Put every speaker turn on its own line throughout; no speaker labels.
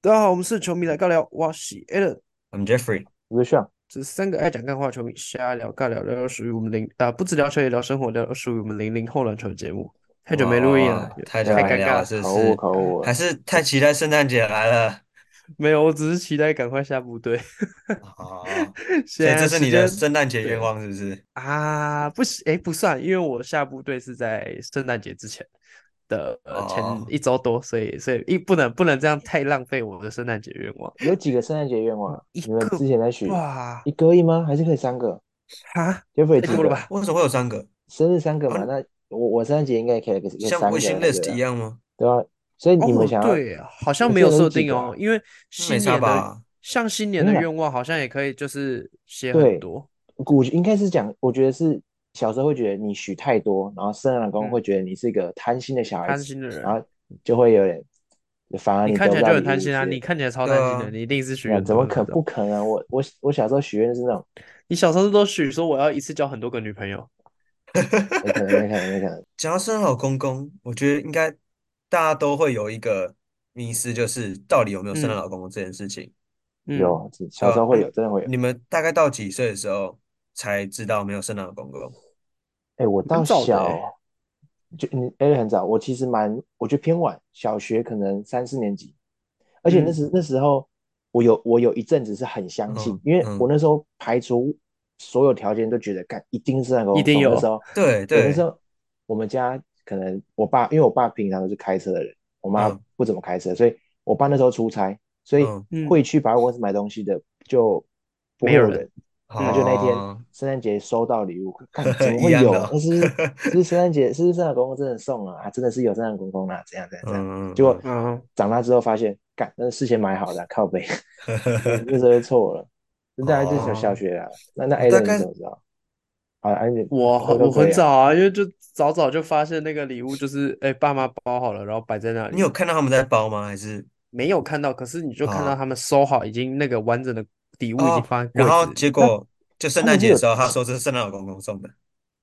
大家好，我们是球迷来尬聊，我是 Alan，
I'm Jeffrey，
我是炫，
这三个爱讲干话球迷瞎聊尬聊，聊聊属于我们零啊、不只聊球也聊生活，聊聊属于我们零零后篮球的节目。太久没录音了
哇，太久
太
没
尴
聊
尬
了，是不
口误
是？
口误
还是太期待圣诞节来 了？
没有，我只是期待赶快下部队。
哦，
现
所以
在
这是
时
你的
间
圣诞节
对
愿望是不是？
啊，不行，哎，不算，因为我下部队是在圣诞节之前的呃前
哦
一周多，所以所以一不能不能这样太浪费我的圣诞节愿望。
有几个圣诞节愿望啊？
一
你们
个
之前在许
哇
一个而已吗？还是可以三个
啊，
？Jeffrey
太
几
多了
个？
吧？
为什么会有三 个？
生日三个嘛？
啊
那我我圣诞节应该也可以给给
像
三个
wishing
才
list 一
对啊，
样吗？
对啊。所以你们
哦，
想要
对，好像
你
没
这
有
人
设
几
定
个
哦，
啊
因为新
没差
年的
吧？
像新年的
没有啦
愿望，好像也可以就是写很
对
多
我觉应该是讲，我觉得是小时候会觉得你许太多，然后圣诞老公
嗯
会觉得你是一个贪心的小孩
贪
子，
心的人
然。后就会有点，反而
你看
得
起
不
来就
到
很
礼
贪
物
心啊，
之类
你
的。
看起来超贪
对
心
啊
的，你一定是许
那
很啊
怎么
多的
可
那种。
不可能？我我我小时候许愿是那种，
你小时候都许说我要一次交很多个女朋友，
没可能，没可能，没可能。
讲到圣诞老公公，我觉得应该大家都会有一个迷思，就是到底有没有圣诞
嗯
老公公这件事情，
嗯，
有，
对
小时
吧？
候会
嗯，
有，真的会有。
你们大概到几岁的时候才知道没有圣诞老公公？
哎、我
蛮
到
早的
小
欸
就嗯，哎、很早，我其实蛮，我觉得偏晚，小学可能三四年级，而且那
嗯
时那时候我有我有一阵子是很相信，
嗯
因为
嗯，
我那时候排除所有条件都觉得，干一定是那个
一
我
定
公。那
有
时候
对
对，那时
对，
候我们家可能我爸，因为我爸平常都是开车的人，我妈
嗯
不怎么开车，所以我爸那时候出差，所以
嗯，
嗯，
会去百货公司买东西的就不
没
会
有
有
人，
人。他
嗯
就那天
哦，
圣诞节收到礼物， 看怎么
一
会
样的
有？那
哦，
是不是 是不是圣诞节？是不是圣诞老公公真的送了啊？真的是有圣诞公公啦、怎样怎样怎样？
嗯
结果
嗯
嗯，
长大之后发现，干，那是事先买好的啊、靠 背，那
嗯，
那时候就错了。那大概就是小小
哦，
学啦。那那
我大
Alan 你
概
怎么知道？啊，啊你
我
都
很
都
我
可
很
以
早
啊。
啊，因为就早早就发现那个礼物就是哎爸妈包好了，然后摆在那
你有
里，
看到他们在包吗？还是
没有看到，可是你就看到
啊
他们收好已经那个完整的礼物已经
哦，
放在
然
柜
后
子里。
结
那
果就圣
他
诞
们
节
会
的
有
时候，他说这是圣诞老公公送的，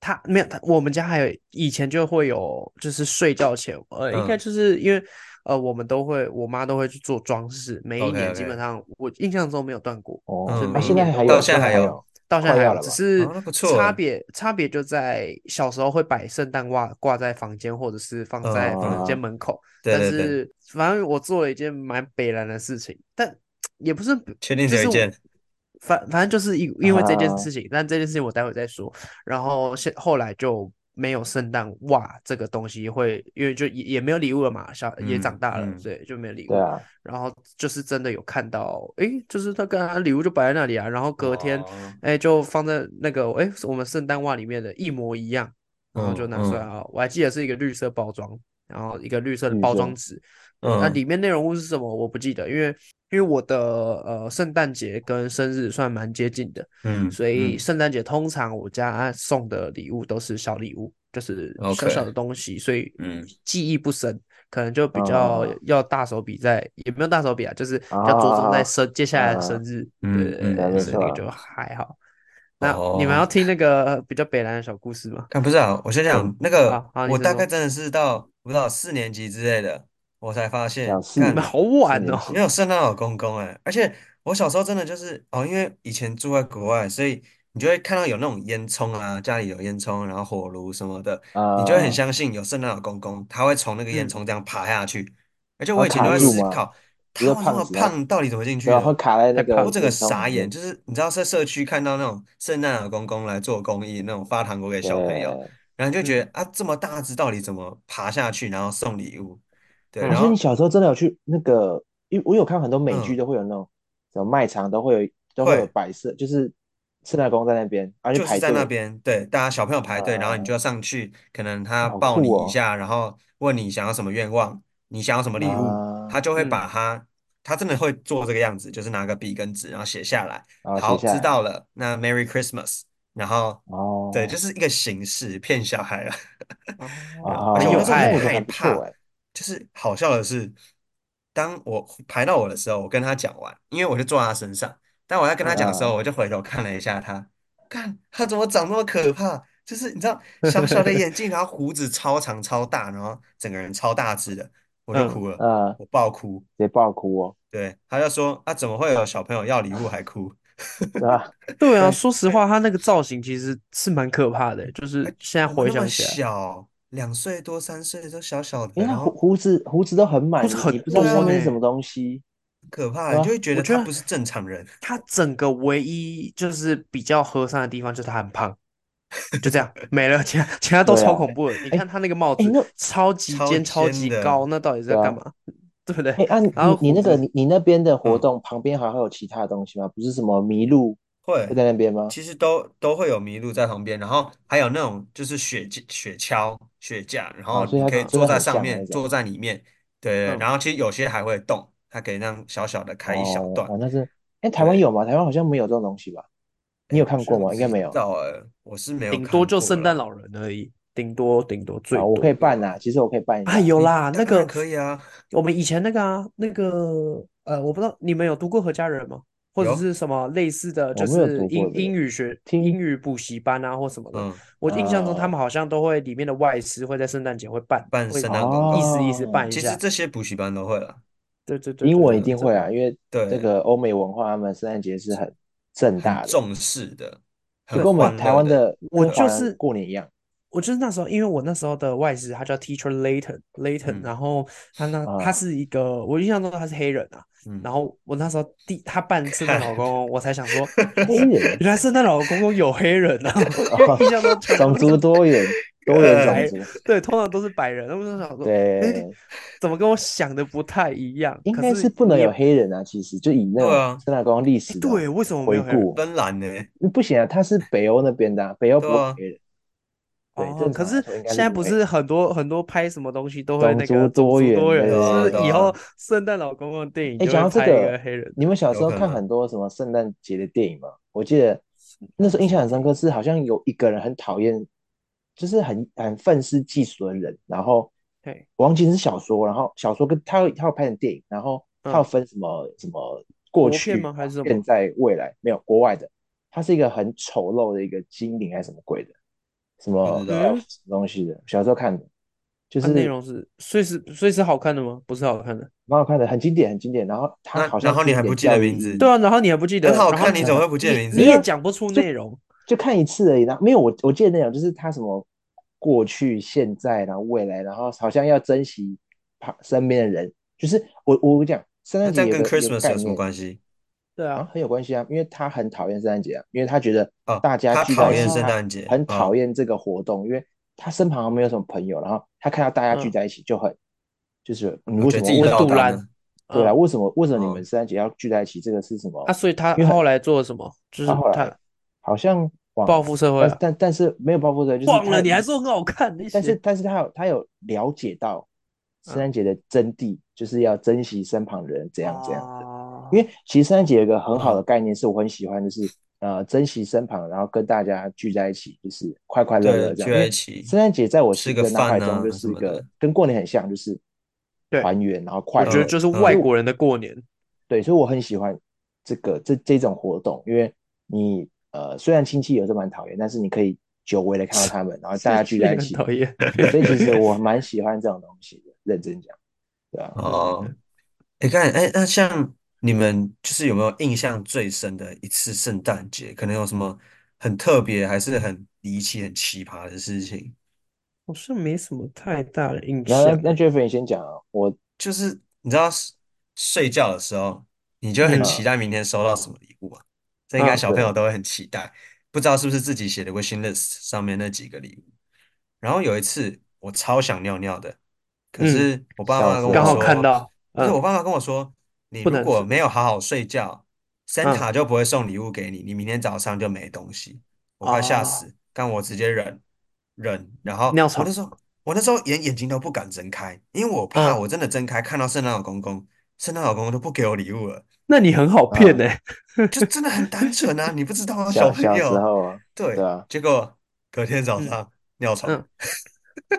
他没有，他我们家还有以前就会有，就是睡觉前，呃，应该
嗯
就是因为呃，我们都会，我妈都会去做装饰，每一
，OK
年基本
OK，
上我印象中没有断过，所以
哦，哎、
每一
现在
年
嗯
都
嗯，
还
到
有，
会，
现在
现在
还
还
有，
有，
到现在
快
还
要
有，
了
只
哦，
吧？
是
那不错
差
哎，
别差别就在小时候会摆圣诞袜挂在房间或者是放在房间
嗯，
门口，
对
但
对对，
是反正我做了一件蛮北然的事情，但也不是北，
确定
就
只有
是
一
我
件，
反反正就是因因为这件
啊，
事情，但这件事情我待会再说。然后现后来就没有圣诞袜这个东西会，因为就也也没有礼物了嘛，小也长
嗯
大了，
嗯，
所以就没有礼
对
物。
啊，
然后就是真的有看到，诶，就是他刚刚礼物就摆在那里啊，然后隔天，
哦，
诶，就放在那个诶我们圣诞袜里面的一模一样，然后就
嗯
拿出来
嗯
啊，我还记得是一个绿色包装，然后一个绿色的
绿
包装
色，
纸，那
嗯
里面内容物是什么我不记得，因为因为我的呃圣诞节跟生日算蛮接近的，
嗯
所以
嗯
圣诞节通常我家送的礼物都是小礼物，就是小小
，OK，
的东西，所以
嗯哦
记忆不深，可能就比较
啊
要大手笔在，也没有大手笔啊，就是
啊
比较着重在
啊
生接下来的
啊，
生日，对
哦嗯
对
对，
对，
嗯
没
所以那
错
个
啊，
就还好。那你们要
哦，
听那个比较北兰的小故事吗？
看不是啊，我先讲那个，
啊，好，你
我
先
大概
说。
真的是到不知道四年级之类的，我才发
小
现，
你
四
们
干
好
四
晚
年
哦，
没
级，
有圣诞老公公哎、而且我小时候真的就是哦，因为以前住在国外，所以你就会看到有那种烟囱啊，家里有烟囱，然后火炉什么的，你就会很
啊、
相信有圣诞老公公，他会从那个烟
嗯，
囱这样爬下去。而且
然
我
后
以前都
卡
在
住
思
嘛，
考，
不是
他们这么
胖子，然后
胖到底怎么进去
对啊，会
的？
卡在
太
那
胖
我
个
了。
整个
烟囱
傻
里
眼，
面，
就是你知道，在社区看到那种圣诞老公公来做公益，那种发糖果给小朋友，
对，
然后就觉
嗯，
得啊，这么大只到底怎么爬下去，然后送礼物？对，
哦，
然
所以你
后
小时候真的有去那个，因为我有看很多美剧
嗯，
都会有那种什么卖场都会有都会有
会
摆设，就是圣诞公在那边，然后去
就是
排
在那
队，
边，对，大家小朋友排队，然后你就
啊、
上去，可能他
好
抱你
酷
一
哦，
下，然后问你想要什么愿望，你想要什么礼物，
啊、
他就会
嗯，
把他，他真的会做这个样子，就是拿个笔跟纸，然后写下来，
然后写
好，
下
知
来，
道了，那 Merry Christmas，然后对，就
哦，
是一个形式骗小孩了。
啊、
哦，
然后，而且
很有
我那时候
那
很
爱
我觉
欸
得
害
还不错
怕，
哎，
就是好笑的是，当我排到我的时候，我跟他讲完，因为我就坐在他身上，但我在跟他讲的时候，
啊、
我就回头看了一下他，看他怎么长那么可怕，就是你知道小小的眼睛，然后胡子超长超大，然后整个人超大只的，我就
嗯，
哭了，
啊、
我爆哭，
直接爆哭哦，
对，他就说啊，怎么会有小朋友要礼物还哭？
啊，
对啊，说实话，他那个造型其实是蛮可怕的，就是现在
怎么
回
那
想
么
起来，
小，两岁多、三岁都小小的，
因为他
然
胡
后
胡子胡子都很满，
胡子
你
很
你不知道上
多欸
面是
呢
什么东西。
可怕，
对
你
啊
就会觉
我
得
觉
他
得
不是正常人。
他整个唯一就是比较和善的地方就是他很胖，就这样没了，其他其他都
对
超
啊，
恐怖的。你
哎
看他那个帽
哎，
子
那
超级
超
尖、超
尖
级
的，
高，那到底是在
对
干
啊，
嘛？ 对不对？
哎啊，
然后
你你
胡
那个
子，
你你那边的活
嗯，
动旁边还会有其他的东西吗？不是什么麋鹿会
会，
在那边吗？
其实都都会有麋鹿在旁边，然后还有那种就是雪橇雪橇、雪架，然
哦，
后
所以
你
它
可以
真
坐
的
在
很
上
像那
面，
种。
坐在里面，对对对，
嗯，
然后其实有些还会动，它可以让小小的开一小
哦
段，
哦，那是，哎，台湾
对，
有吗？台湾好像没有这种东西吧？你
哎，
有
我
看
是
过
不
吗？应该
知
没有
道哎，我是没有
顶多
看
就
过
圣诞
啦，
老人而已，顶多顶多最
啊，我可以
多。
办啊，其实我可以办一
啊，
下。
有
你
啦，那
当
个
然可以啊，
我们以前那个啊，那个呃，我不知道你们有读过《何家人》吗？或者
有，
是什么类似的，
我
就
没有
是
读
英
过这
英
个，
语学英
听
语补习班啊，或什么的。
嗯，
我印象中他
啊
们好像都会里面的外师会在圣诞节会办，
办
会
圣诞公
意
演，
思意思办
哦，
一
其实
下。
这些补习班都会啦，
对对对
英
对
文
对
一
嗯，
定
对
会
对，
啊，因为这
对，
个欧美文化，他们圣诞节是很盛
很
大的，
重视的，
就
很
跟我们
欢
台
乐
湾
的，
的
我
跟
就
华人
是
过年一样
我就是那时候，因为我那时候的外师他叫 Teacher Layton Layton，
嗯
然后他那他
啊。
是一个我印象中他是黑人啊，
嗯，
然后我那时候第他扮圣诞
看。
老公哦公，我才想 说，哎，
黑人
原来圣诞老公公有黑人 啊，因为
哦，
印象中全
种
部
族
都
多 元，多元
呃，
种
白，
族，
对，通常都是白人，那我就想说，哎，
对，
怎么跟我想的不太一样？
应
可
该是
是
不能
你也，
有黑人啊。其实就以那
对
种
啊，
圣诞公历
哎，
史的
对，为什么没
回
有黑人？
顾，
芬兰呢？
嗯不行啊，他是北欧那边的啊，北欧不
对
会有
啊，
黑人。对，
哦，
正
可
常来
是
说应该
现
是
在
不
不
会的。
是很多很多拍什么东西都会
种
那
族
个种
多
族
元，
多元，
对
对
是不
啊，
是
对
以
啊，
后圣诞老公公的电影
哎，
就
讲
会
到这
拍一个
个，
黑人？
你们小时
有
候
可
看
能。
很多什么圣诞节的电影吗？我记得那时候印象很深刻，是好像有一个人很讨厌，就是很很愤世嫉俗的人，然后
嘿，
我忘记是小说，然后小说跟他有他有拍成电影，然后他有
嗯，
分什么什么过
国片
去、
吗？
然
还
后
是什
现
么？
在、未来，没有国外的，他是一个很丑陋的一个精灵还是什么鬼的，什
不知
么 elf
嗯，
什么东西的，小时候看的，就
它啊内
是
容是，所以是所以是好看的吗？不是好看的。
蛮好看的，很经典很经典，然后他
那
好
然
像
后
是
你
有
还不
点
记得
教育
名
意
字，
对
义。
啊，然后你还不记
很
得，
好
然后
看，你怎么
你
会不记得
你
名
你
没
字？
也
有，
讲不出
就
内容。
就看一次而已啦。没有，我我记得那种就是他什么过去、现在，然后未来，然后好像要珍惜旁身边的人。就是我我讲圣
那
诞
这
节
样跟
有个有个
Christmas
概
有什么
念
关系？
对
啊，
啊，
很有关系啊，因为他很讨厌圣诞节啊，因为他觉得
哦，
大家
他
聚在
讨
一
厌
起，
圣
他
哦，
诞节
很讨
哦，
厌这个活动，因为他身旁没有什么朋友，然后他看到大家聚
嗯，
在一起就很就是你
我
为
嗯觉得
什么
自己
很
为什么
落
堵
单
然。
了。
对啊，
嗯，
为什么为什么你们
哦，
圣诞节要聚在一起？这个是什
啊，
么？
所以他
因为
后
很。
来做了什么？就是
他后来
他
好像
报
往，
复社会
但
啊，
但但是没有报复者，就是
忘
他
了，你还
有，
说很好看那
但是
些。
但是他有他有了解到
嗯，
圣诞节的真谛，就是要珍惜身旁的人，怎样怎样的。
啊，
因为其实圣诞节有一个很好的
嗯，
概念，是我很喜欢，就是呃珍惜身旁，然后跟大家聚在一起，就是快快乐
对，
乐
聚
这样。因
在
为
一起
圣诞节在我
吃
心
个
中脑海
饭
中就
啊什
是一
么
个
的，
跟过年很像，就是
对，
团圆然后快
我觉得
乐，
嗯
就是
所
外
以
嗯，
我
国人的过年。
对，所以我很喜欢这个这这种活动，因为你呃虽然亲戚有时候蛮讨厌，但是你可以久违的看到他们，然后啊大
亲戚
家聚在一
很
起，
讨厌，
所以其实我蛮喜欢这种东西的，认真讲，对啊，
哦，你看，哎，那像你们就是有没有印象最深的一次圣诞节？可能有什么很特别，还是很离奇、很奇葩的事情？
好像没什么太大的印
然后
象
那那
诶。
Jeffrey 你先讲啊，我
就是你知道睡睡觉的时候，你就会很
嗯
期
啊
待明天收到什么礼物啊？这应该
啊，
小朋友
对，
都会很期待，不知道是不是自己写的 wish list 上面那几个礼物。然后有一次我超想尿尿的，可
嗯，
是我爸
小
妈跟
时
我
刚好
候
看
说，
到，
不是我
嗯，
爸妈跟我说，你
不
如
能
果
吃，
没有好好睡觉
嗯
，Santa 就不会送礼物给你，你明天早上就没东西。我快吓
哦，
死，但我直接忍忍，然后
尿
我那
床，
时候。我那时候连眼睛都不敢睁开，因为我怕
嗯，
我真的睁开看到圣诞老公公，圣诞老公公都不给我礼物了，
那你很好骗欸
啊
呢，
就真的很单纯啊！你不知道啊，小
小
朋
小时
友。
候啊，对
对，
啊，
结果隔天早
嗯
上尿床了，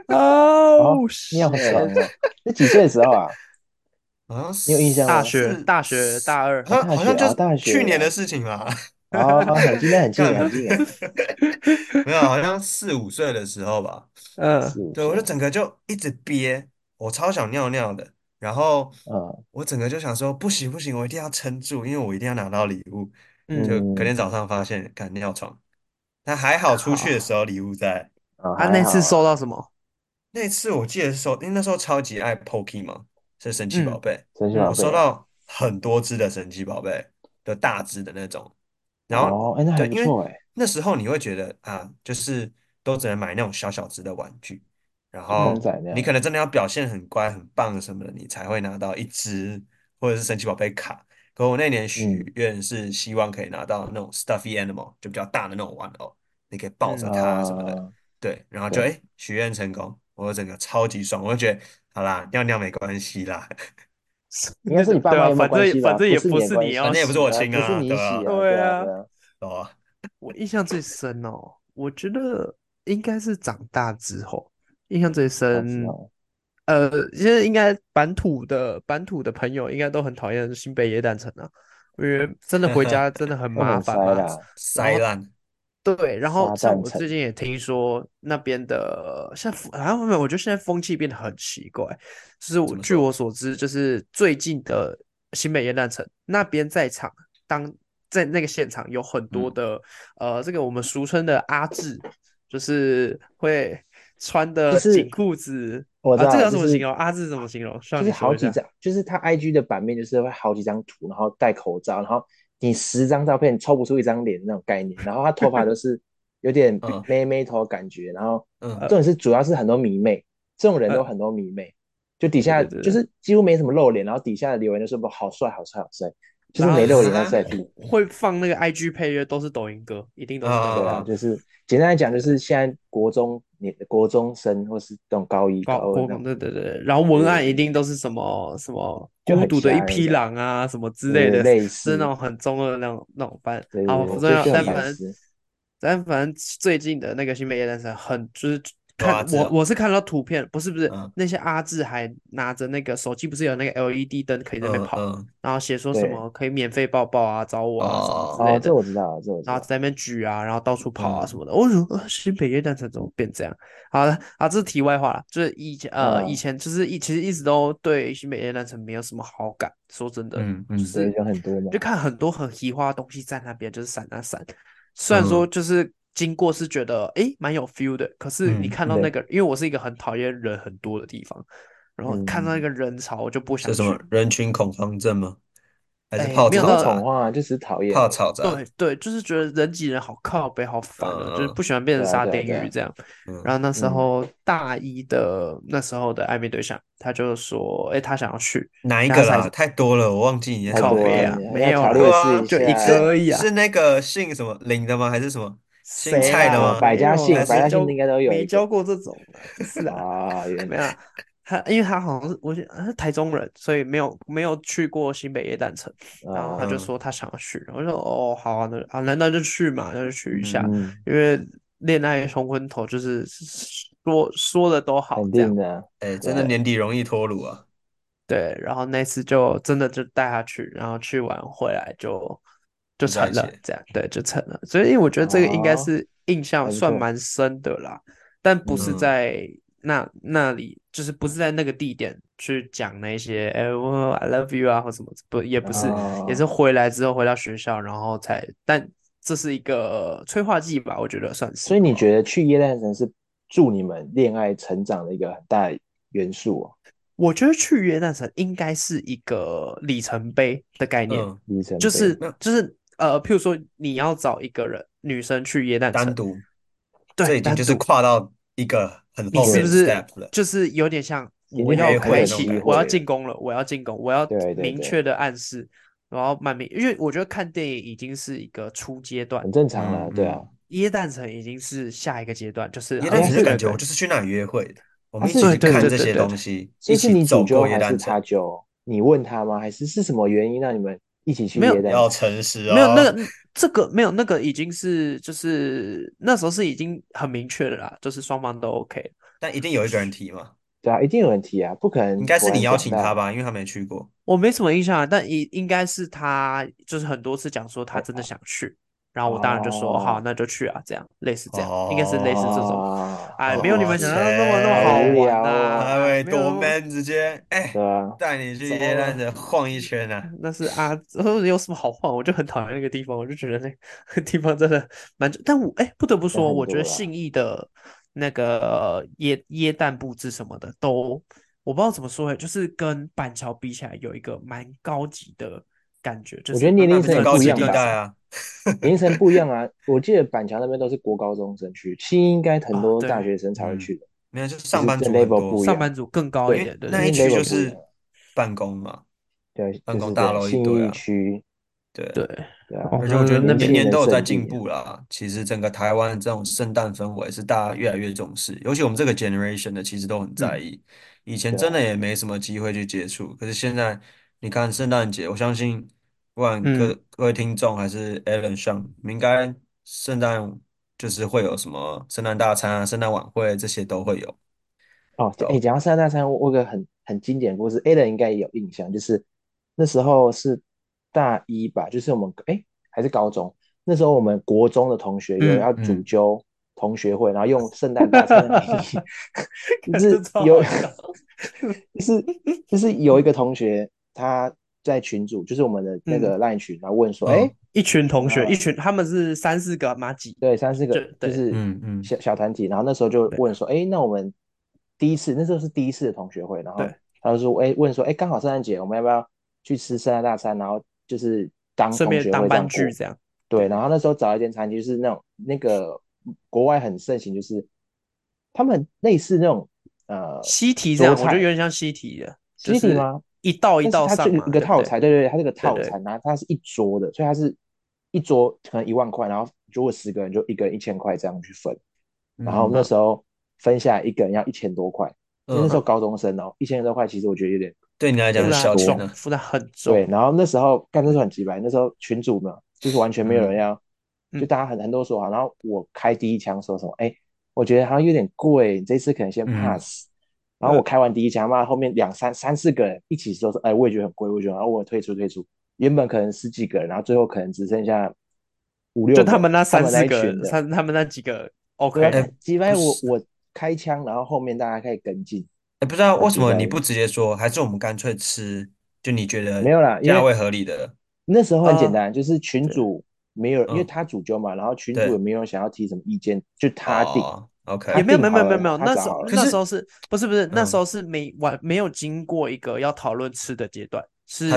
嗯，Oh
哦，尿
shit，
床哦，你几岁的时候啊？
好像
你有印象
大
吗？
学
是
大学
是，
大二，
好像
哦，大
好
学
像就
啊，哦大
去
学
年的
啊，
事情吧。
哦，很近，那很近
干，
哎，很近哎，
没有，好像四五岁的时候吧。
嗯
四五
对，我就
岁，
整个就一直憋，我超想尿尿的。然后
嗯
我整个就想说，不行不行，我一定要撑住，因为我一定要拿到礼物。就
嗯，
隔天早上发现，干尿床。但还好出去的时
靠，
候礼物在。
啊，
啊，
还
那
好
次收
啊，
到什么？
那次我记得收，因为那时候超级爱 Pokemon，是神奇宝
嗯
贝，
神奇宝
我
嗯
收
贝啊，
到很多只的神奇宝贝，就大只的那种。然后
哦，哎，那还
对，
不
因为
错哎，
那时候你会觉得啊，就是都只能买那种小小只的玩具，
嗯
然
就公
后
仔啊那
啊
你
样，
可能真的要表现很乖、很棒什么的，你才会拿到一只或者是神奇宝贝卡。可我那年许
嗯
愿是希望可以拿到那种 stuffy animal，就比较大的那种玩偶，你可以抱着
嗯
它什么的。
啊，
对，然后就哎，
对，
诶许愿成功，我整个超级爽，我就觉得好啦，尿尿没关系啦，
应该是你爸
对
妈
啊，
有没有
反
关
正
系
反
吧？
正
不
也
是你
不
的
是
关
你
反
要
正也不是我
洗
系啊，
啊，
亲
不是
啊，
你
对
洗
啊，
啊，对
对
啊，
啊。
对啊，
对啊，
我印象最深哦，我觉得应该是长大之后，印象最
大致
深。
哦，
呃，现在应该bản土的bản土的朋友应该都很讨厌新北耶诞城啊，因为真的回家真的 很
他们
麻
很
烦啊嘛。
塞啦，
然
塞
后
烂，
对，然后
沙
像
蛋
我最
城，
近也听说那边的，像好像没有，我觉得现在风气变得很奇怪。就是我
怎么
据我
说？
所知，就是最近的新北耶诞城那边在场，当在那个现场有很多
嗯，
的呃，这个我们俗称的阿志，就是会穿
就
的紧
是
裤子
我知
啊，这个
道，
要怎
就
么形
是
容？阿志怎么形容？需要
就是
你
好
说一
几
下。
张，就是他 IG 的版面就是会好几张图，然后戴口罩，然后你十张照片抽不出一张脸的那种概念，然后他头发都是有点
嗯
妹妹头的感觉，然后
嗯
重
呃
点是主要是很多迷妹，这种人都
呃，
很多迷妹，就底
对
下
对对
就
对。
是几乎没什么露脸，然后底下的留言都是不好帅好帅好帅，就是
然
没
后
露脸但
哈
帅
会
屁，
会放那个 IG 配乐，都是抖音歌，一定
啊
都是那
对
个。
啊
啊，
啊，
就是简单来讲就
对，
是现在国中你国中生或是那种高一
高
高二
国
那
光，
种，
对对对，然后文
对对
案一
对，
定都是什么什么
就
孤
很
独的一
瞎那
匹
种，
狼啊，什么之
对
类
对对，
的，
类
是那
似。
种很中二的那种那种班。
对
好，
对
不
对，
重
就
要，
就很
但反
屁
白
啦，
正
痴。
但反正最近的那个新北夜诞城很就是
都
看
阿志
我
哦，
我是看到图片，不是不是
嗯
那些阿志还拿着那个手机，不是有那个 LED 灯可以在那边
嗯
跑，
嗯，
然后写说什
对，
么可以免费抱抱啊，找我啊什么之
哦，
类
哦，这
的。
我知道，这我知
然后
道。
在那边举啊，然后到处跑啊什
嗯
么的。我说，呃新北夜诞城怎么变这样？好了，啊，这是题外话了。就是以前呃，以
嗯，
前就是一其实一直都对新北夜诞城没有什么好感。说真的，
嗯
就
嗯
是
对，人很多
就
嘛。
看很多很奇花的东西在那边，就是闪啊闪。虽然说
嗯
就是经过是觉得诶蛮有 feel 的，可是你
嗯，
看到那
对，
个，因为我是一个很讨厌人很多的地方，然后看到那
嗯，
个人潮我就不
是
想
什么
去。
人群恐慌症吗？还是
哎，
怕
没有
不
嘈
到。
是恐
杂？
慌啊，就只是讨厌
怕
而已。
嘈杂？
对对，就是觉得人挤人好靠北，好烦哦，就是
嗯
不喜欢变成
对啊，
沙
对啊，
丁
对
鱼
啊，
这样。然后
嗯
那时
嗯，
候大一的那时候的暧昧对象，他就说，哎，他想要去，
哪一
然后
个
他才
啦？太多了，我忘记你在
太
靠
讲哪
多
一
北
了，
个
啊，
了。
你
没
要
有
条
对
列
啦，
式
啊，
一
就一
下。
个
是
而已啊，
是那个姓什么林的吗？还是什么姓
谁
蔡的
啦，
什么
吗？
百
没
家
有
姓，
还
啦，
百
没
家
是
姓
教
应该都有
没
一
教
个。
过这种啦，不是啦，
啊，原
没有
来，
啦。他因为他好像是我记得他是台中人，所以没有没有去过新北耶诞城，然后他就
啊，
说
嗯
他想要去，然后我就说哦好啊，那啊那那就去嘛，那就去一下，
嗯，
因为恋爱冲昏头就是说说的都好
肯
这样，
定的，
哎，真的
对，
年底容易脱乳啊。
对，然后那次就真的就带他去，然后去完回来就就
就在
成
一
了，
起，
这样对就成了，所以我觉得这个应该
啊，
是印象
还不
算
错，
蛮深的啦，但不是
嗯，
在那那里，就是不是在那个地点去讲那些哎我 I love you 啊或什么，不也
嗯，
不是，也
啊，
是回来之后回到学校，然后才，但这是一个催化剂吧，我觉得算是。
所以你觉得去耶诞城是助你们恋爱成长的一个很大的元素哦，
我觉得去约旦城应该是一个里程碑的概念，
嗯，
里程
就
碑。
是
没有
就是呃，譬如说你要找一个人女生去约旦
单
城，
独，
对，
这已经
单
就是
独，
跨到一个很
你
后
是
面
不
的
对，
是
step 了，
就是有点像
已
我
经
要
有
约会
开
开
的
始
那
启，
种
机
感
我要
会
觉。
进
了。
攻了，我要进攻，我要
对对
明
对，
确的暗示，然后慢明，因为我觉得看电影已经是一个初阶段，
很正常
嗯
啦，对啊，
嗯，
约旦城已经是下一个阶段，就是
耶
好，
诞
应该
城就是感
对
觉我
哎对哦
就是去那里约会的，我
啊
们一起
是
对
去
对
看
对
这
对
些
对
东
对。
西，
所
一
以是
起
你主
走
揪
过耶
还是
诞
他
城。
揪？你问他吗？还是是什么原因让你们一起去
没
耶
有
诞
要
城？
诚实
没有那
哦，
个这个没有那个已经是就是那时候是已经很明确的啦，就是双方都 OK。
但一定有一个人提嘛，
对啊，一定有人提啊，不可
应
能
该
突
是你
然哦
邀
长
请他
大。
吧，因为他没去过。哦
我没什么印象啊，但应应该是他就是很多次讲说他真的想去，然后我当然就说
哦
好，那就去啊，这样类似这样，应该是类似这种。
啊
哎，没有你们想象中那么那么
哇
好
塞
玩呐、
啊
哦哎喂，
没有那
多
么
man 直接哎，
对啊，
带你去
糟了
耶诞城晃一圈啊！
那是啊，有什么好晃？我就很讨厌那个地方，我就觉得那个 地方真的蛮……但我哎，不得不说，
很
我觉
多啊
得
啦
信义的那个椰椰蛋布置什么的都，我不知道怎么说哎，就是跟板桥比起来有一个蛮高级的感觉，就
我
是
觉得年
那
龄
不
层
是
也
高
不一
级
样
地
吧，
带啊，
年龄层不一样啊。我记得板桥那边都是国高中生去，新义应该很
啊
多
对
大学生才会
嗯
去的。
没有，就是上
就是
班
这
族很
level
多，
不一
上
样
班族更高一
对
点，对
那
对
一
因为
区
level
就
不一
是
样
办公嘛，
对，
办
就
公
是
大
对
楼一
信
堆
义
啊
区，
对。
对，
对啊，
哦
而且我觉得
那
每
边
年都有在
圣
进
地啊
步啦。其实整个台湾这种圣诞氛围是大家越来越重视，尤其我们这个 generation 的，其实都很在
嗯
意。以前
对
真
啊
的也没什么机会去接触，可是现在你看圣诞节，我相信不管各
嗯
各位听众还是 Alan 上，你们应该圣诞就是会有什么圣诞大餐啊、圣诞晚会这些都会有，
哦，
对
啊
哎，
吧？
讲到圣诞大餐，我有个很很经典的故事，A 人应该也有印象，就是那时候是大一吧，就是我们哎还是高中，那时候我们国中的同学有
嗯
要主
嗯，
揪同学会，然后用圣诞大餐的名 义， 就
这
是
超
有
好笑。
就是就是有一个同学他在群组，就是我们的那
嗯
个 LINE 群，然后问说，哎，
嗯
一群同学，一
呃，
群他们是三四个吗？几？
对，三四
就
个就
对
是
嗯嗯，
小小团体，然后那时候就
对
问说，哎，那我们第一次那时候是第一次的同学会，然后
对，
他就说，哎，问说，哎，刚好圣诞节，我们要不要去吃圣诞大餐？然后就是当
顺
同
便
学
当
会这
班
样
剧
过，
这样。
对，然后那时候找一间餐厅，就是那种那个国外很盛行，就是他们类似那种呃
西提这
桌
样，我觉得
菜
有点像西提的，就
西提
是
吗？
一道一
但是
道
它这
上
个
嘛，
一
对
个
不
套
对？
餐，对对对，它这个
对
套
对，
餐，然后它是一桌的，所以它是一桌可能一万块，然后如果十个人就一个人一千块这样去分，然后
嗯
那
嗯
时候分下来一个人要一千多块，因为那时候
嗯，
高中生哦，一千多块其实我觉得有点
对你来讲
负
很
担
小
很
钱
重，
呢、
负担很
对，
重。
然后那时候干那时候很鸡掰，那时候群主嘛，就是完全没有人
嗯
要，就
嗯
大家很很多说好，然后我开第一枪说什么，哎，我觉得好像有点贵，你这次可能先
嗯
pass。然后我
嗯
开完第一枪，妈后面两三三四个人一起说说，哎，我也觉得很贵，我也觉得很贵，然后我退出退出。原本可能十几个人，然后最后可能只剩下五
就
六
他
个，
们那
他
三
们
四
那一
个，
群的，
他他们那几个
对啊，
，OK，
哎，
干鸡
不
掰我
是，
我开枪，然后后面大家可以跟进，
哎，不知道
超
为什
鸡
么
掰
你不
的。
直接说，还是我们干脆吃，就你觉
没
得
有啦，因
价
为
位合理的，
那时候很简
啊，
单，就是群
对，
主没有，因为
嗯，
他主揪嘛，然后群主也
对，
没有想要提什么意见，就他定，
哦
他
也
，OK，
没有
定
没有没
好
有没
了
有没有，
啦，他
那
找
时
好
候
可
了，
那时候
是，
是不是不是那时
嗯，
候是没完没有经过一个要讨论吃的阶段，
他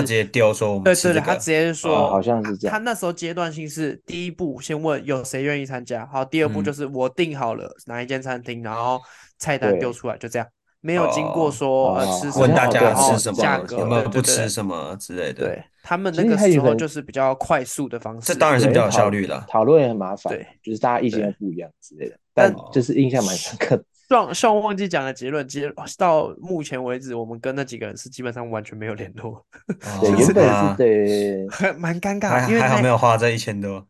是
直接丢说我们
对
吃
对
这
对，他
个，
直接
哦，
说，
好
哦，
像
啊
是这
他
样，
那时候阶段性是第一步，先问有谁愿意参加，好，第二步就
嗯，
是我订好了哪一间餐厅，然后菜单丢
对，
出来，就这样，没有经过
哦，
说呃
哦，
吃
好
什
问么，
像
么，
大
哦，
家
对，
然
好
吃
后
像
什
是这
价
样，
么，有
格，
没
对
有
对
不
对
吃什么之类的，
对，他们那
其实
个
还
时
有
候
很
就是比较快速的方
这
式，
当然是
对，
比
因
较有
为
效
讨
率啦，
讨论也很麻烦，
对
就是大家意见又
对，
不一样之类的，但
但
就
哦，
是印象蛮深刻的。
上上忘记讲的结论，结到目前为止，我们跟那几个人是基本上完全没有联 络，
对，
就
哦，
原
是
本是
啊，
对，
很蛮尴尬，
还
因为
还好
那
没有花这一千多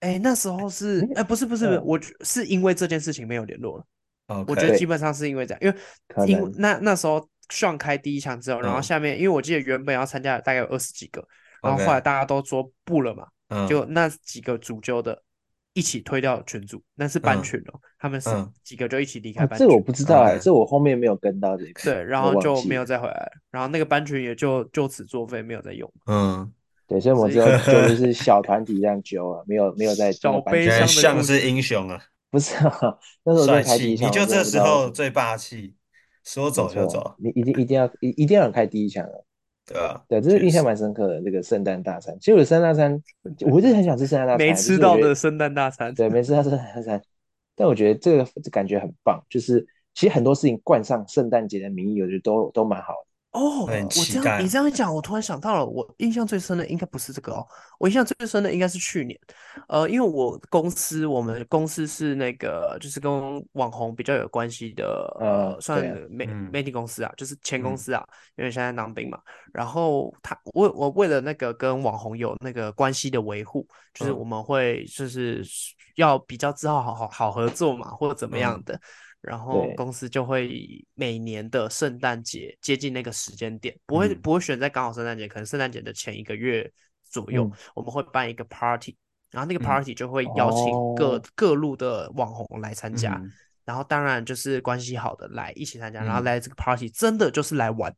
哎，那时候
那
是，
个，
哎，不是不是不是，
嗯，
我觉是因为这件事情没有联络了。我觉得基
，OK，
对，
本上是因为这样，因为
可
因为
能，
那那时候 Sean 开第一枪之后，然后
嗯
下面因为我记得原本要参加的大概有二十几个，然后后来
，OK，
大家都说不了嘛，
嗯
就那几个主揪的一起推掉群组，那是班
嗯
群哦，他们是
嗯
几个就一起离开
哦，
班
这个我
群，
不知道哎，
，OK，
这我后面没有跟到这一步，
嗯对，然
我
后
忘
就没
记
有
了。
再回来了，然后那个班群也就就此作废，没有再用，
嗯。
对，所以我
所
们之
以
后
呵
揪就
呵，
是小团体这样揪啊，没有没有在真的
小
班
悲
觉
级
伤
得
揪，
的
像
故
是
事，
英雄啊，
不是啊， 那时候真
帅
的开第
气！
一
你
枪，
就
我真
这
的不知
时
道为什
候
么，
最霸气，说
没
走就
错，
走，
你一定一定要一一定要开第一枪啊，
对吧？
对，这是
确
印象
实，
蛮深刻的这个圣诞大餐，其实我圣诞大餐，我是很想吃圣诞大
没
餐，就
吃
是我
到
觉得
的圣诞大餐，
对，没吃到圣诞大餐，但我觉得这个这感觉很棒，就是其实很多事情冠上圣诞节的名义，我觉得都都蛮好的，
哦，
很
我
嗯，
这
期
样你
待。
这样一讲，我突然想到了，我印象最深的应该不是这个哦，我印象最深的应该是去年，呃，因为我公司我们公司是那个就是跟网红比较有关系的，呃，
呃，
算
对啊，
媒
嗯
媒体公司啊，就是前公
嗯
司啊，因为现在当兵嘛，然后他我我为了那个跟网红有那个关系的维护，就是我
嗯
们会就是要比较知道好好好合作嘛，或者怎么样
嗯
的。然后
对，
公司就会以每年的圣诞节接近那个时间点，不会
嗯
不会选在刚好圣诞节，可能圣诞节的前一个月左右，
嗯，
我们会办一个 party，然后那个
嗯
party 就会邀请各、
哦
各路的网红来参加，
嗯
然后当然就是关系好的来一起参加，然后
嗯
来这个 party 真的就是来玩，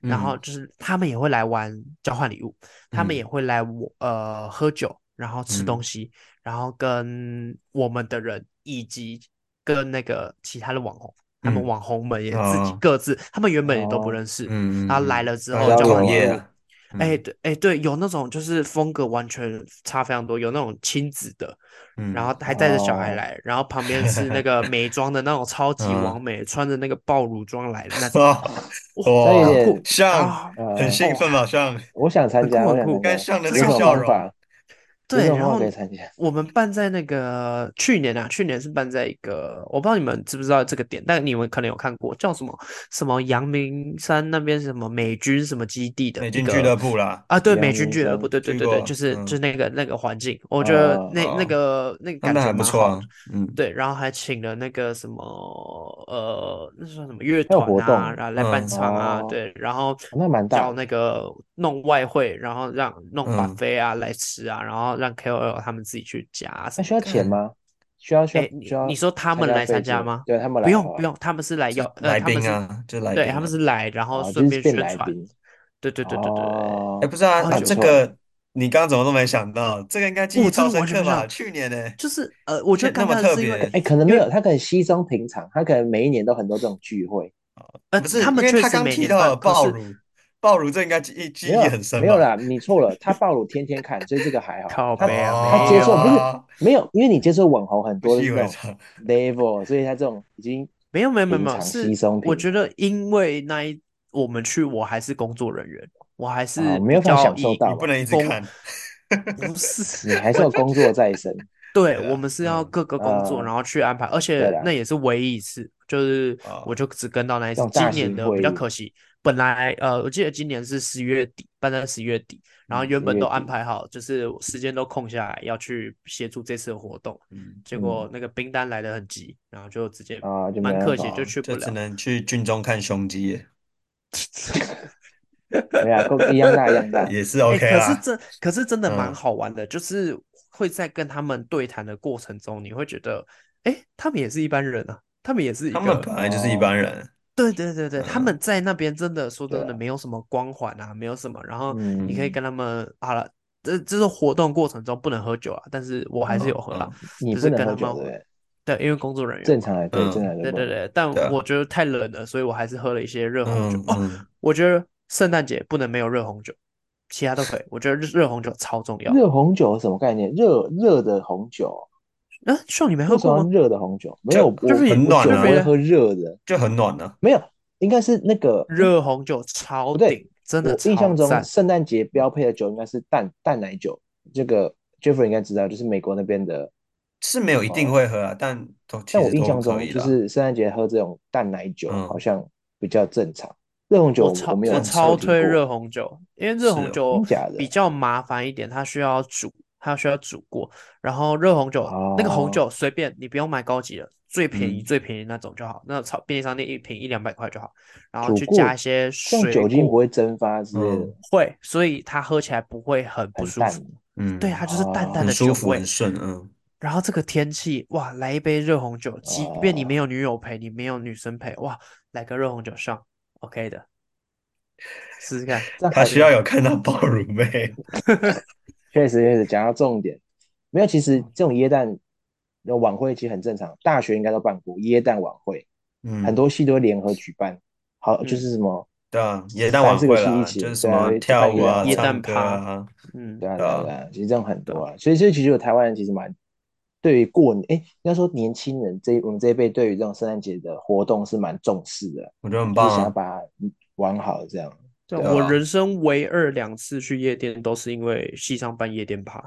然后
嗯
就是他们也会来玩交换礼物，他们
嗯
也会来我呃喝酒，然后吃东西，然后跟我们的人以及跟那个其他的网红，他们
嗯
网红们也自己
哦
各自，他们原本也都不
哦
认识，
嗯，
然后来了之
大
后
家
交换
网
礼
页
物
啊，
哎，对，哎，对，有那种就是风格完全差非常多，有那种亲子的，
嗯，
然后还带着小孩
哦
来，然后旁边是那个美妆的那种超级
嗯
完美，穿着那个爆乳装来 的那种，
哇
哇，
这有
哇
很
点
酷
像
啊，
呃
哦很兴奋吧？像
我想参
很
加，
酷
我
很
想
酷
参
该
加，
上的
这
那
有
个
什么
笑
方
容，
法？有
对，
什么
然
方法
后
可以参加？
我们办在那个去年啊，去年是办在一个，我不知道你们知不知道这个点，但你们可能有看过，叫什么什么阳明山那边是什么美军什么基地的
美
一
军俱
个
乐部啦，
啊，对，
阳
美军
明
俱乐
山
部，对对
去
对对，
过
就是就是
嗯
那个那个环境，我觉得
哦
那那
哦
个那个
那
感
那
觉
还不
蛮
错
好的，
啊，嗯
对，然后还请了那个什么呃，那算什么乐
还有
团
活
啊，
动
然后来办
嗯
场啊，
哦，
对，然后
那蛮大
叫
的
那个弄外汇，然后让弄
嗯，
buffet 啊来吃啊，然后让 KOL 他们自己去夹啊什
那
么
需要
的。
钱
干
吗？需要需
哎，
要
你
需
你
要
说他
参
们
加
来参
费
加
用？
吗？
对，他们
不
来
用
哦
不用，他们是来要
是
呃，
来
他们
宾
是
啊，就来
对，
宾
他们
啊，
是来，然后
哦，
顺
就是
便
变
宣
来
传。
宾
对对对对对对，
哎，
哦，
不是啊，
然后
啊
那
就
这
不错哎，
个你刚刚怎么都没想到，这个应该记
哦我
忆
真的
超深
完全
刻
没想
吧？
到，
去年呢，
就是呃，我
而
觉
且
得
那
尴
么
尬的
特
是因为
别，
哎，可能
因
没
为
有，他可能稀松平常，他可能每一年都很多这种聚会，
呃，
不是
他
因
们
为
确
他
实
刚
每
提
年
到了
办，可
爆
是
乳，爆乳这应该记忆记
没
忆
有啊
很深
没有
吧？
啦，你错了，他暴露天天看，所以这个还好，
靠
他
背啊，
他
没
接
有
受不是
哦，
没有，因为你接受网红很
不
多都
习以
是那
为
种
常，
level，所以他这种已经
没有没有没有
平
没有，
常稀
是
松
我
平
觉
常
得因为那一我们去，我还是工作人员，我还
啊，
是
没
比
有办
较
法享受
以
你
到
不
嘛，
能一直
工
看，
不
你
是
还是
我
有工作在身，
对，
对
我
啦，
们是要
嗯
各个工作，
呃，
然后去安排，而
对
且那
啦，
也是唯一一次，就是我
啊，
就只跟到那一
那
次。
种大
今年
型
的比
会
较
议，
可惜，本来呃，我记得今年是十月底，办在十月底，然后
嗯
原
十
本
月
都安
底，
排好，就是时间都空下来要去协助这次的活动，
嗯
结果
嗯
那个冰单来的很急，然后就直接
啊，就没
蛮
办
可惜，
法
就
啊，
去
就
不
只
了。
能去军中看胸肌耶，
没啊，够一样大一 样大，
也是
哎、
OK
可是
啦，
这可是真的蛮
嗯
好玩的，就是会在跟他们对谈的过程中，你会觉得，哎，他们也是一般人啊，他们也是一
他们
个，
本来就是一
哦，
般人，
对对对对，他
嗯
们在那边真的说
对
真的
啊，
没有什么光环啊，没有什么，然后你可以
嗯
跟他们好了，这这是活动过程中不能喝酒啊，但是我还是有
嗯
喝啦，
嗯
你
就
不
是
能
跟
喝
他
酒，
们
对不
会，
对？
对，因为工作人员
正
嘛。
常来，对，
嗯，
正常来
对
不
对
能，
对，但
对
我
啊，
觉得太冷了，所以我还是喝了一些热红酒。
嗯
哦，
嗯。
我觉得圣诞节不能没有热红酒，其他都可以。我觉得热热红酒超重要。
热红酒是什么概念？热热的红酒，
啊，秀你没
为
喝
什么
过
要
吗
热的红酒？没
就
有，我
？Jeffrey
很
我
暖
酒不
Jeffrey
会
啊，
呢？
喝热的，
就很暖啊。
没有，应该是那个，哎，
热红酒超
不对，
顶，真的
我印
超
象中
赞。
圣诞节标配的酒应该是淡淡奶酒，这个 Jeffrey 应该知道，就是美国那边的，
是没有一定
呃，
会喝啊，但都
但
其
我
实
印
都
象
可
中
以
就
啦。
是圣诞节喝这种淡奶酒好
嗯，
像比较正常，热红酒
我
我我
超
没
我
有
正
没有
超
常
听
推
过，
热红酒，因为热
是
红
哦，
酒
真假
比
的？
较麻烦一点，它需要煮，它需要煮过。然后热红酒那个红
哦，
酒随便，你不用买高级的，最便宜
嗯
最便宜那种就好，那超便利商店一瓶一两百块就好。然后
煮
去加
过，
一些
这样
水
酒精不
果，
会蒸发之类的，
嗯
会，所以它喝起来不会很不
很
舒
淡
服。对，
嗯，
它就是淡淡
哦。
很
的
舒
酒
服，很
味。
顺，嗯
然后这个天气，哇，来一杯热红酒，即便你没
啊，
有女友陪，你没有女生陪，哇，来个热红酒上，OK 的，试试看，
这样
他
试试
需要
看。
有看到爆乳妹。
确实确实讲到重点，没有，其实
嗯
这种耶诞的晚会其实很正常，大学应该都办过耶诞晚会，很
嗯，
多系都会联合举办，好就
嗯，
是什么
对啊，耶诞
三
晚
四个
会
系一
啦，就是
起，
什
对啊，
么
就
跳
办
舞
耶诞
啊、
夜
晚会，
蛋
唱歌
趴，
啊，
嗯，
对啊
对
对啊对
啊，
啊，其实这样很
对
多
啊，
啊，所以所以其实有台湾人其实蛮对于过年，哎，应该说年轻人这一我们这一辈对于这种圣诞节的活动是蛮重视的，
我觉得很
就是
棒
想要
啊，
把它玩好这样，
对啊，
对
对
我
啊，
人
啊，
生唯二两次去夜店都是因为系上办夜店趴，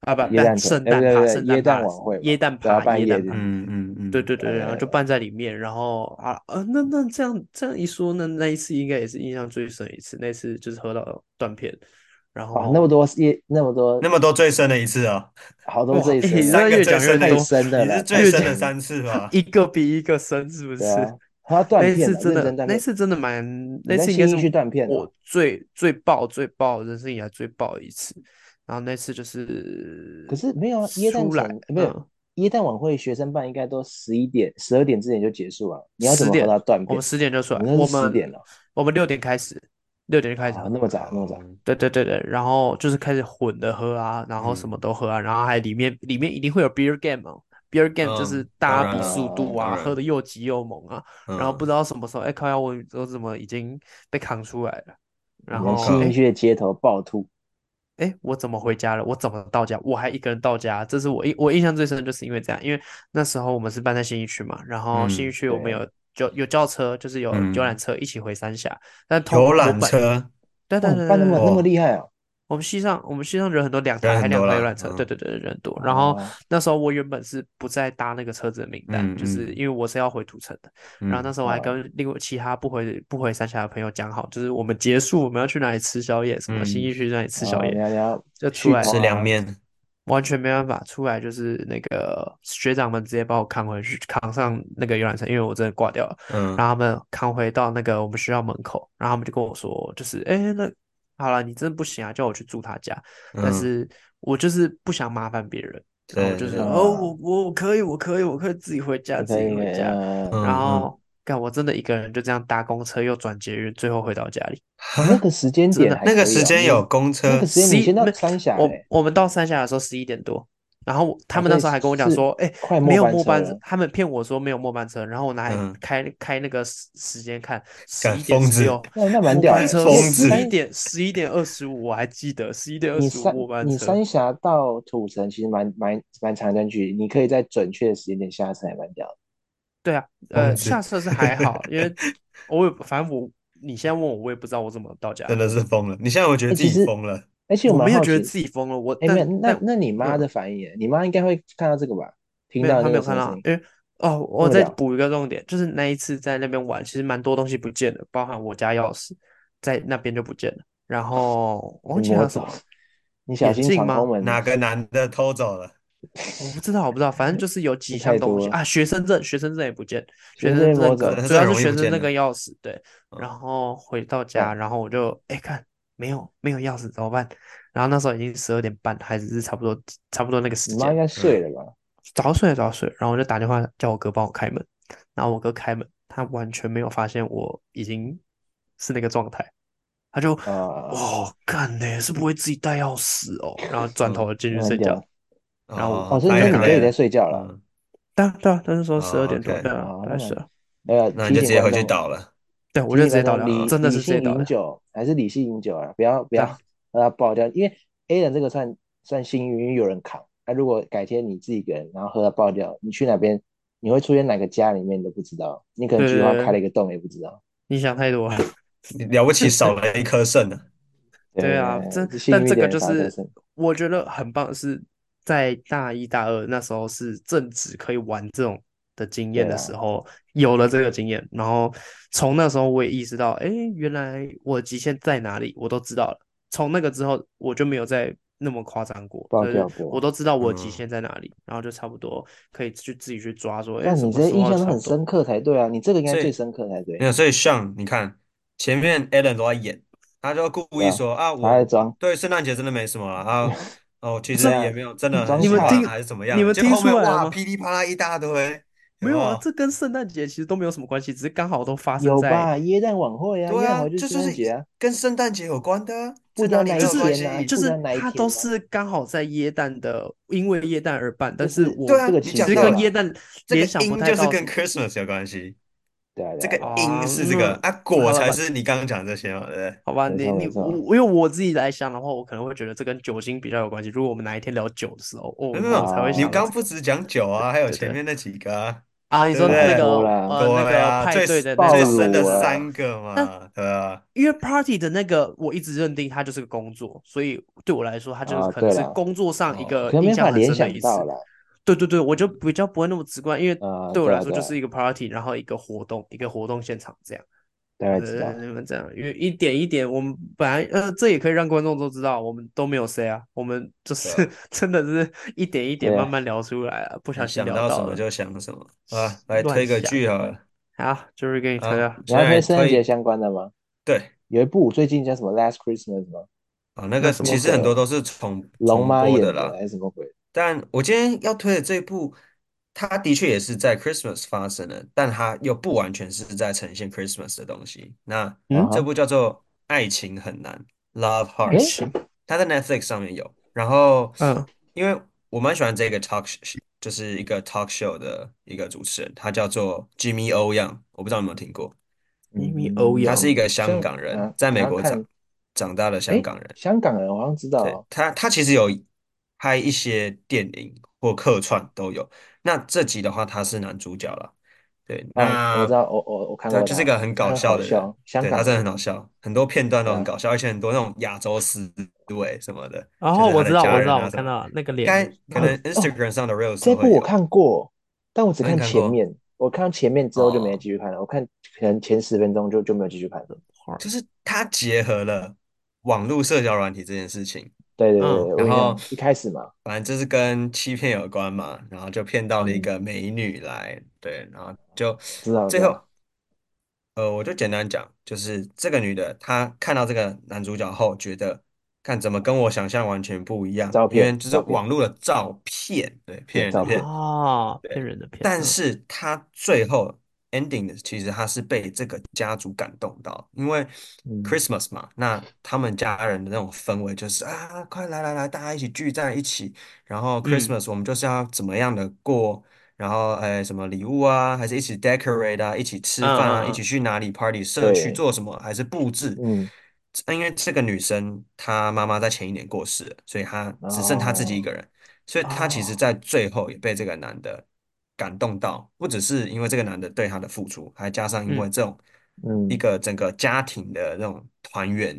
啊不
耶
不，
诞城，
圣
哎不
诞
对
趴，
不对，
圣
耶
诞
诞
趴，
晚会嘛，
耶诞
对啊，
趴，
办
夜
夜
蛋
店，
趴。
嗯嗯
对
嗯，
对对，然后就
呃。
办在里面，然后啊呃，那那这样这样一说，那那一次应该也是印象最深的一次，那次就是喝到断片，然
哇，那
后
么多夜，那么
那
多，
么多最深的一次啊，
好多
哇，
这一
哎、你这
生了，
三个
越
最
讲越
深的一
太
次，
多，
深了
你
啦，
是
太
最
越讲
深
深
的
了，
三次吧？
一个比一个深，是不
啊对
是？
啊， 他断
那一
片
次
了，
真的，
认真断
那一
片。
次真的蛮，那
你在
次应该
新
是
一区断片
我
哦，
最最爆、最爆人生以来最爆的一次。然后那次就是
可是没有啊，耶诞
出来，
城没有
嗯，
耶诞晚会，学生办应该都十一点、十二点之前就结束了，你要怎
十
么和
点，
他断
我们
片？
十点就出来，
你那
我
是十点
们
了
我们六点开始，六点就开始
啊，
喝，
那么早，那么早，
哦，
对对对对，然后就是开始混着喝啊，然后什么
嗯
都喝啊，然后还里面里面一定会有 beer game 哦，beer game 就是
嗯，当
大家
然
比
了，
速度
哦，
当
啊，喝
然，
的又急又猛啊，然后不知
嗯，
道什么时候，哎靠呀，我我怎么已经被扛出来了，然
你在
后
新一
哎
靠，
区的街头暴吐，
哎，诶我怎么回家了？我怎么到家？我还一个人到家，这是我印我印象最深的就是因为这样，因为那时候我们是搬在信义区嘛，然后信义
嗯
区我们
对，
有就有轿车，就是有游览
嗯，
车一起回三峡，但通
游
我
览
本
车，
对对
哦，
对
办
对对。
那么那么
哇，
厉害哦，
我们西上我们西上人很多，两
人
台还
很
两
多
台游
啦，
览车，对
嗯，
对对，人多。然后
哦，
那时候我原本是不在搭那个车子的名单，
嗯
就是因为我是要回土城的。然后那
嗯
时候我还
哦，
跟另外其他不回不回三峡的朋友讲好，就是我们结束我们要去哪里吃宵夜，什么新
嗯
义
嗯，
区那里吃宵
哦，
夜，
你要你要
就出
续
来
吃
团
凉
啊，
面，
完全没办法，出来就是那个学长们直接把我扛回去，扛上那个游览车，因为我真的挂掉了。然
嗯
后他们扛回到那个我们学校门口，然后他们就跟我说，就是哎，诶那好了，你真的不行啊，叫我去住他家，但
嗯，
是我就是不想麻烦别人，然后我
对
就
对
说
对，
哦，
啊，
我我可以，我可以，我可以自己回家，
我
自
可
己
以，
回家。
呃，
然
嗯嗯，
后干，我真的一个人就这样搭公车又转捷运，最后回到家里，
那
哈，
个时间
真
点
的。
还
那个
可以
时
哦，
间
你
有公
那个
车，
时间你
十
先到
没，
三峡哎
我
嘞，
我们到三峡的时候十一点多，然后他
哦，
们
所
那
以
时候还跟我讲
是
说，哎，
快
没
末
有
班
末
车
班车，
了，
他们骗我说没有末班车，然后我拿来
嗯，
开开那个时时间看，十
干
一点
疯
十
子，
六
那那蛮
末
屌
班
的，
车，
因
疯
为
十一
子，
三
点十一点二十五我还记得，十一点二
你
十五
三
末班
你
车，
三峡到土城其实蛮蛮蛮长一段距离，你可以在准确的时间点下车，还蛮屌的。
对啊，
疯
呃，
子，
下车是还好，因 为我也反正我你现在问我，我也不知道我怎么到家
真
的，
的是疯了，你现在我觉得
哎、
自
其
己
实，
疯了，
而且我
我
蛮
没有
好
觉得
奇，
自己疯了，我
哎、没有，
但
那
但
那你妈的
嗯。
反应耶，你妈应该会看到这个吧？听
没有，
到
他
那
没
个
有
什
看
么
到
声
啊，
音，
因为哦，
那
我
么
再
屌，
补一个重点，就是那一次在那边玩，其实蛮多东西不见了，包含我家钥匙在那边就不见了，然后我
被
忘记还
摸
有什
走，
么
你小
眼
心
镜
闯空
吗？
门
哪
哦，
个男的偷走了？
我不知道，我不知道，反正就是有
这
几
太
项东
多
西
了，
啊，学生证，学生证也不见，
学
学
生
生
被摸
证跟
真
走，
主
的
要
很
是
容
学
易不
生
见
证
的，
跟钥匙，对，然
嗯
后回到家，
干，
然后我就哎看没有没有钥匙怎么办？然后那时候已经十二点半，还是差不多差不多那个时
你妈
间，
应该睡
嗯，
了吧？
早上睡了早上睡了，然后我就打电话叫我哥帮我开门，然后我哥开门，他完全没有发现我已经是那个状态，他就
啊、
哦干呢、是不会自己带钥匙哦，然后转
嗯，
头进
那
去
蛮
睡
屌
觉，
的。
然后
哦，
哦，所以
我
他
你
也
就
很
说你
赶
哥
累
也在
了，
睡觉了
嗯，
对啊，对啊，他那时候十二
哦
点多，对
，OK，
啊，
啊、
大
那
概
蛮，
是啊，
呃，
那你
提
就直
醒
接
观
回去
众了，
倒了，
对我
提
就
醒
直接
观
倒
众
掉，
理
真的
理
是直接
性
倒
饮
掉，
酒还是理性饮酒啊，不要不
对
要
啊，
让它爆掉，因为 A 人这个算算幸运，因为有人扛。那、如果改天你自己一个人，然后喝到爆掉，你去哪边，你会出现哪个家里面你都不知道，你可能
对
菊花
对
开了
对，
一个洞也不知道。
你想太多了，
你了不起少了一颗肾呢，
对啊，
对，
这
就幸
但
运一
这个
点
就
少一颗
是
肾。
我觉得很棒，是在大一大二那时候是正值可以玩这种的经验
对啊
的时
啦，
候，有了这个经验，然后从那时候我也意识到，哎，原来我极限在哪里，我都知道了。从那个之后，我就没有再那么夸张过，
爆
就是
掉
我
过，
都知道我极
嗯，
限在哪里，然后就差不多可以去自己去抓说，哎，
但
什
你
么
这些
时
印
候
象都
差
很
不多。
深刻才对啊，你这个应该
所
最
以
深刻才对，
没有，所以像你看前面 Alan 都在演，他就故
对
意
吧？
说啊，
他在
我
装，
对圣诞节真的没什么 啦，啊，哦，其
不是
实
啊，
也
那
没有真的很
装
你们
喜欢
听
傻，
还是怎么
你
样，
们
结果
听
后
出
面
来了
哇
吗？
噼里啪啦一大堆，有
没
没
有啊，
有？
这跟圣诞节其实都没有什么关系，只是刚好都发生
有
在，
吧？耶诞晚会啊，
对
耶诞
啊，
晚会就是
这
圣
就
诞
是
节啊，
跟圣诞节有关的啊，这
不一定要
哪里没
那一
就
有
是
关
天呐、
就
系？
不一定要
是
那一
它都
天
是
呐、
刚好在耶诞的，因为耶诞而办，
就
但是
是
我
对
这
啊，
个
你
其
情
讲
实
到
调
跟
了，
耶
啦，
诞
这
联
个
想不
因
太
就是
到
跟
什么
Christmas 有关系，
对啊对
这
啊
个
对啊，
因
啊，
是这个
那
啊，
好
果
了
才
吧，
是你刚刚讲这些嘛，对不对？
好吧，
没
你
错
你
没错，
我因为我自己来想的话，我可能会觉得这跟酒精比较有关系。如果我们哪一天聊酒的时候，
没
哦，
嗯
有没
那我
有，
才会
你
想
刚
到
刚
这
不
个，
只讲酒啊，还有
对
前
对
面那几个啊，
啊，你
对不
说
拜
那
对？
个
托啦，
呃那
对
个
啊，
派
最
对的那
爆
最
个
深
嘛，
的
乳
对吧？
三个
但
嘛，对啊吧？
因为 party 的那个，我一直认定它就是个工作，所以对我来说，它就是
啊！
可能
对
是
啦，
工作上一
哦，
个
可能
印
没
象
法
很
联
深的
想
一
到
次。
啦，
对对对，我就比较不会那么直观，因为
啊，
对我
对
来
啊
说
对
就是
啊，
一个 party，然后一个活动，一个活动现场这样。
大概知
呃，
道，
你们这样，因为一点一点，我们本来呃，这也可以让观众都知道，我们都没有 say 啊，我们就
对
是
啊，
真的是一点一点
对
慢
啊，
慢聊出来啊，不小
你
心
想
聊
到什
到
么
了，
就想什么啊，来
乱
推个
想。
剧好了，
好，就是给你推
好
了。
你要
现在
推圣诞节
推
相关的吗？
对
有一部最近叫什么《Last Christmas》吗？
啊，那
那
个
什么
其实很
鬼
多都是重
龙
重
妈
播的
演的
啦，
还是什么鬼？
但我今天要推的这一部，它的确也是在 Christmas 发生的，但它又不完全是在呈现 Christmas 的东西。那
啊
嗯，
这
哈，
部叫做《爱情很难》（Love
爱
Hard），
情，
它在 Netflix 上面有。然后，
嗯
因为我蛮喜欢这个 talk，sh- 就是一个 talk show 的一个主持人，他叫做 Jimmy O Yang，我不知道你有没有听过。
，Amy O
他
嗯，
是一
Young，
个
好
香
像
港人，
啊，
在
好
美
像
国
看，
长长大的香
诶，
港人。
香港人我好像知道
对，
哦，
他，他其实有拍一些电影或客串都有。那这集的话，他是男主角了。对，
哦，我知
那
道，我我我看
他
过
就是一
他，
个很搞
他
笑
好
的人，
笑，香
对，他
港
真的
人，
很好笑，很多片段都
对
很
啊，
搞笑，而且很多那种亚洲思维什么的，
然
就
后
是
我
他
知
的
道，
家
我知
人
道，
啊
我
什
看
么，
到了那个
应
脸，
该可
哦
能
哦，
Instagram 上的 Reels
这
都
部
会
我
有。
看过，但我只
啊，你
看
看
前
过
面，我看到前面之后就没
哦？
继续看了，我看可能前十分钟就就没有继续看了。
就是它结合了网络社交软体这件事情，
对对对
嗯
对，
然
我印
后
象一开始嘛，
反正就是跟欺骗有关嘛，然后就骗到了一
嗯，
个美女来，对，然后就
知道知
最
道，
后，呃，我就简单讲，就是这个女的她看到这个男主角后，觉得看怎么跟我想象完全不一样，
照
因为
片
就是
照片，
网络的照片，对，
对
骗人的
照片，
骗，
哦，骗
对，
人的骗，
但
嗯，
是她最后 ending 的其实她是被这个家族感动到，因为
嗯
Christmas 嘛，那他们家人的那种氛围就是啊，快来来来，大家一起聚在一起，然后
嗯
Christmas 我们就是要怎么样的过，然后哎什么礼物啊，还是一起 decorate 啊，一起吃
嗯
饭
嗯
啊，一起
嗯，
去哪里 party 社区
对，
做什么，还是布置。
嗯，
这因为这个女生她妈妈在前一年过世了，所以她只剩她自己一
哦，
个人，所以她其实
哦，
在最后也被这个男的感动到，不只是因为这个男的对她的付出，还加上因为
嗯
这种一
嗯
个整个家庭的那种团圆，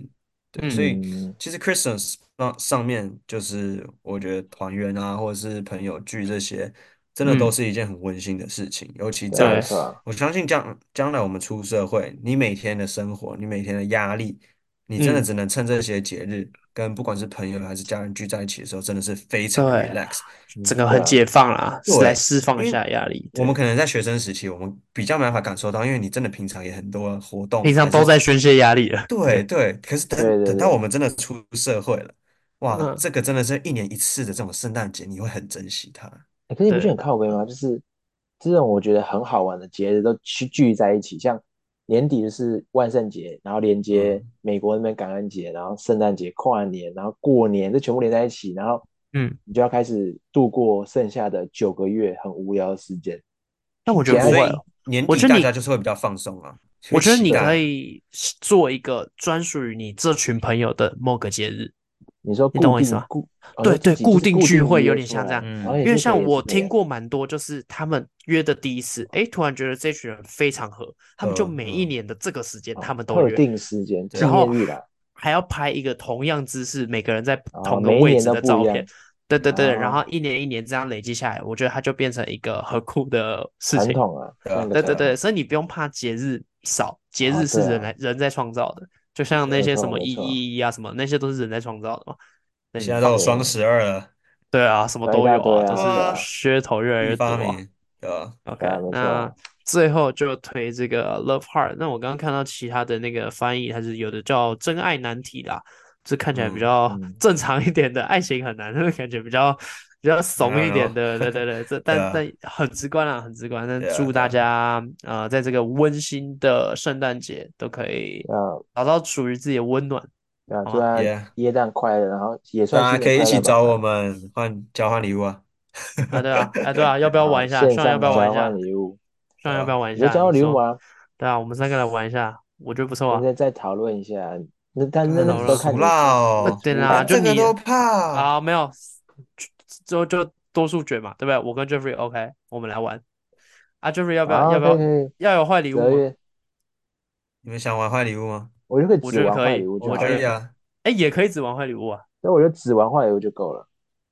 对，所
嗯
以
嗯，
其实 Christmas 上上面就是我觉得团圆啊，或者是朋友聚这些，真的都
嗯，
是一件很温馨的事情。尤其
对啊，没
在
对，
错啊，
我相信将将来我们出社会，你每天的生活，你每天的压力，你真的
嗯
只能趁这些节日跟不管是朋友还是家人聚在一起的时候，真的是非常
对，
relax。
整
嗯，
个
对
很
啊，
解放啦，是来
对，
释放一
因为
下压力，
我们
对，
可能在学生时期，我们比较没办法感受到，因为你真的平常也很多活动
平常
还
都
是。
在宣泄压力了，对，
对对，可是
对
等
对
等到我
对，
们真的出社会了，哇，
嗯，
这个真的是一年一次的这种圣诞节，你会很珍惜它。
欸可是你不觉得
对，
很靠背吗？就是这种我觉得很好玩的节日都聚聚在一起，像年底就是万圣节，然后连接
嗯，
美国那边感恩节，然后圣诞节、跨年，然后过年，这全部连在一起，然后
嗯，
你就要开始度过剩下的九个月很无聊的时间。
但
就
我觉得
简
不
所
会
单，
哦，
以年
我
底
觉得
大家
你。
就是会比较放松啊，
我
会
觉得
期
你可
待。
以是做一个专属于你这群朋友的某个节日，
你说
你
固
懂我意思
定
吗？
固，哦，就
对
自
对，
己就
固
是
定
固
聚
定
会有
约
点
出
像这
来，
样，
然后
嗯，
也
因为
是可
像
以
我
是这
听
样，
过蛮多，就是他们约的第一次，诶，突然觉得这群人非常合，他们就
呃
每一
嗯，
年的这个时间他
哦，
们都
特
约，
定时间纪
然
对，
后
念日
还
啦，
还要拍一个同样姿势，每个人在
哦，
同个
每一
位
年
置
都
的
不一
照片，
样，
对对对，然
哦，
后一年一年这样累积下来，我觉得它就变成一个很酷的事
传
情。
统啊，
对
算
啊，
个
对对
对
传
对，
啊，
统。
所以你不用怕节日少，节
哦，
日
对
是人
啊，
来人在创造的，就像那
没
些什
错
么
没
一
错，
一一啊什么那些都是人在创造的嘛。那你
现在都
放
有
心，
双
对，
十二了，
对啊，什么
然后
都
一大
有啊，
堆
都
对
是
啊，对
啊，
啊，
噱头越来
一
越
发
多啊。
明，对啊，
对啊，
OK，
没
那
错，
最后就推这个 Love Heart。那我刚刚看到其他的那个翻译，还是有的叫真爱难题啦，这看起来比
嗯
较
嗯，
正常一点的爱情很难， 感觉比较比较
，I
怂
don't
一点
know，
的，对对对，这
对
但但
啊，
很直观啦，很直观。但
对啊，
祝
对
大
啊，
家呃，在这个温馨的圣诞节都可以
对啊，
找到属于自己的温暖，
对啊，
好
祝
吗？
大家
yeah，
耶诞快乐，然后也算
大
新
家
年
可以一
快
起
乐吧。
找我们换交换礼物啊，
啊，对啊，哎，对啊，要不要
好，
玩一下？
线
上来要不
上
要玩一
交换
下？
礼物，
上
对
来要不要
啊，
玩一
你就
下？你
交换礼物
说，
吗？
对啊，我们三个来玩一下，我觉得不错
现
啊。
在再讨论一下，那但那
干
那
好
只都
了，
看
俗
你
辣
你
哦，
对
出
啦，
连
就
这个
你
都怕。
啊，没有，就就多数决嘛，对不对？我跟 Jeffrey OK，我们来玩。啊，Jeffrey 要不要
啊，
要不要
可以可以，
要有坏礼
十
物
二
吗？
月
你们想玩坏礼物吗？
我就可以
我
只
觉得
玩
可
坏礼
以，
物就
我
好
觉
可
得
以
可以，
啊，
哎，也可以只玩坏礼物啊，
那我就只玩坏礼物就够了，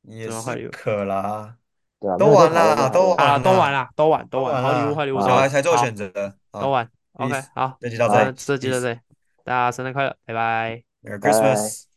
也
只玩坏
是
礼物。
可啦，
对吧？没
都
有在
玩
讨论就
啦，
好
都
了。
好了，
玩
啊都玩
啦，
啦，都玩都
都
玩，好
玩
礼物
啦，
坏礼物都
小
玩，
孩
好，
才做
好，
选择。
都
好
玩。OK，
，peace，
好，
这集到这
那
好，
这集到
，peace，Merry
这里，大家圣诞快乐，拜拜。
拜拜。
Christmas。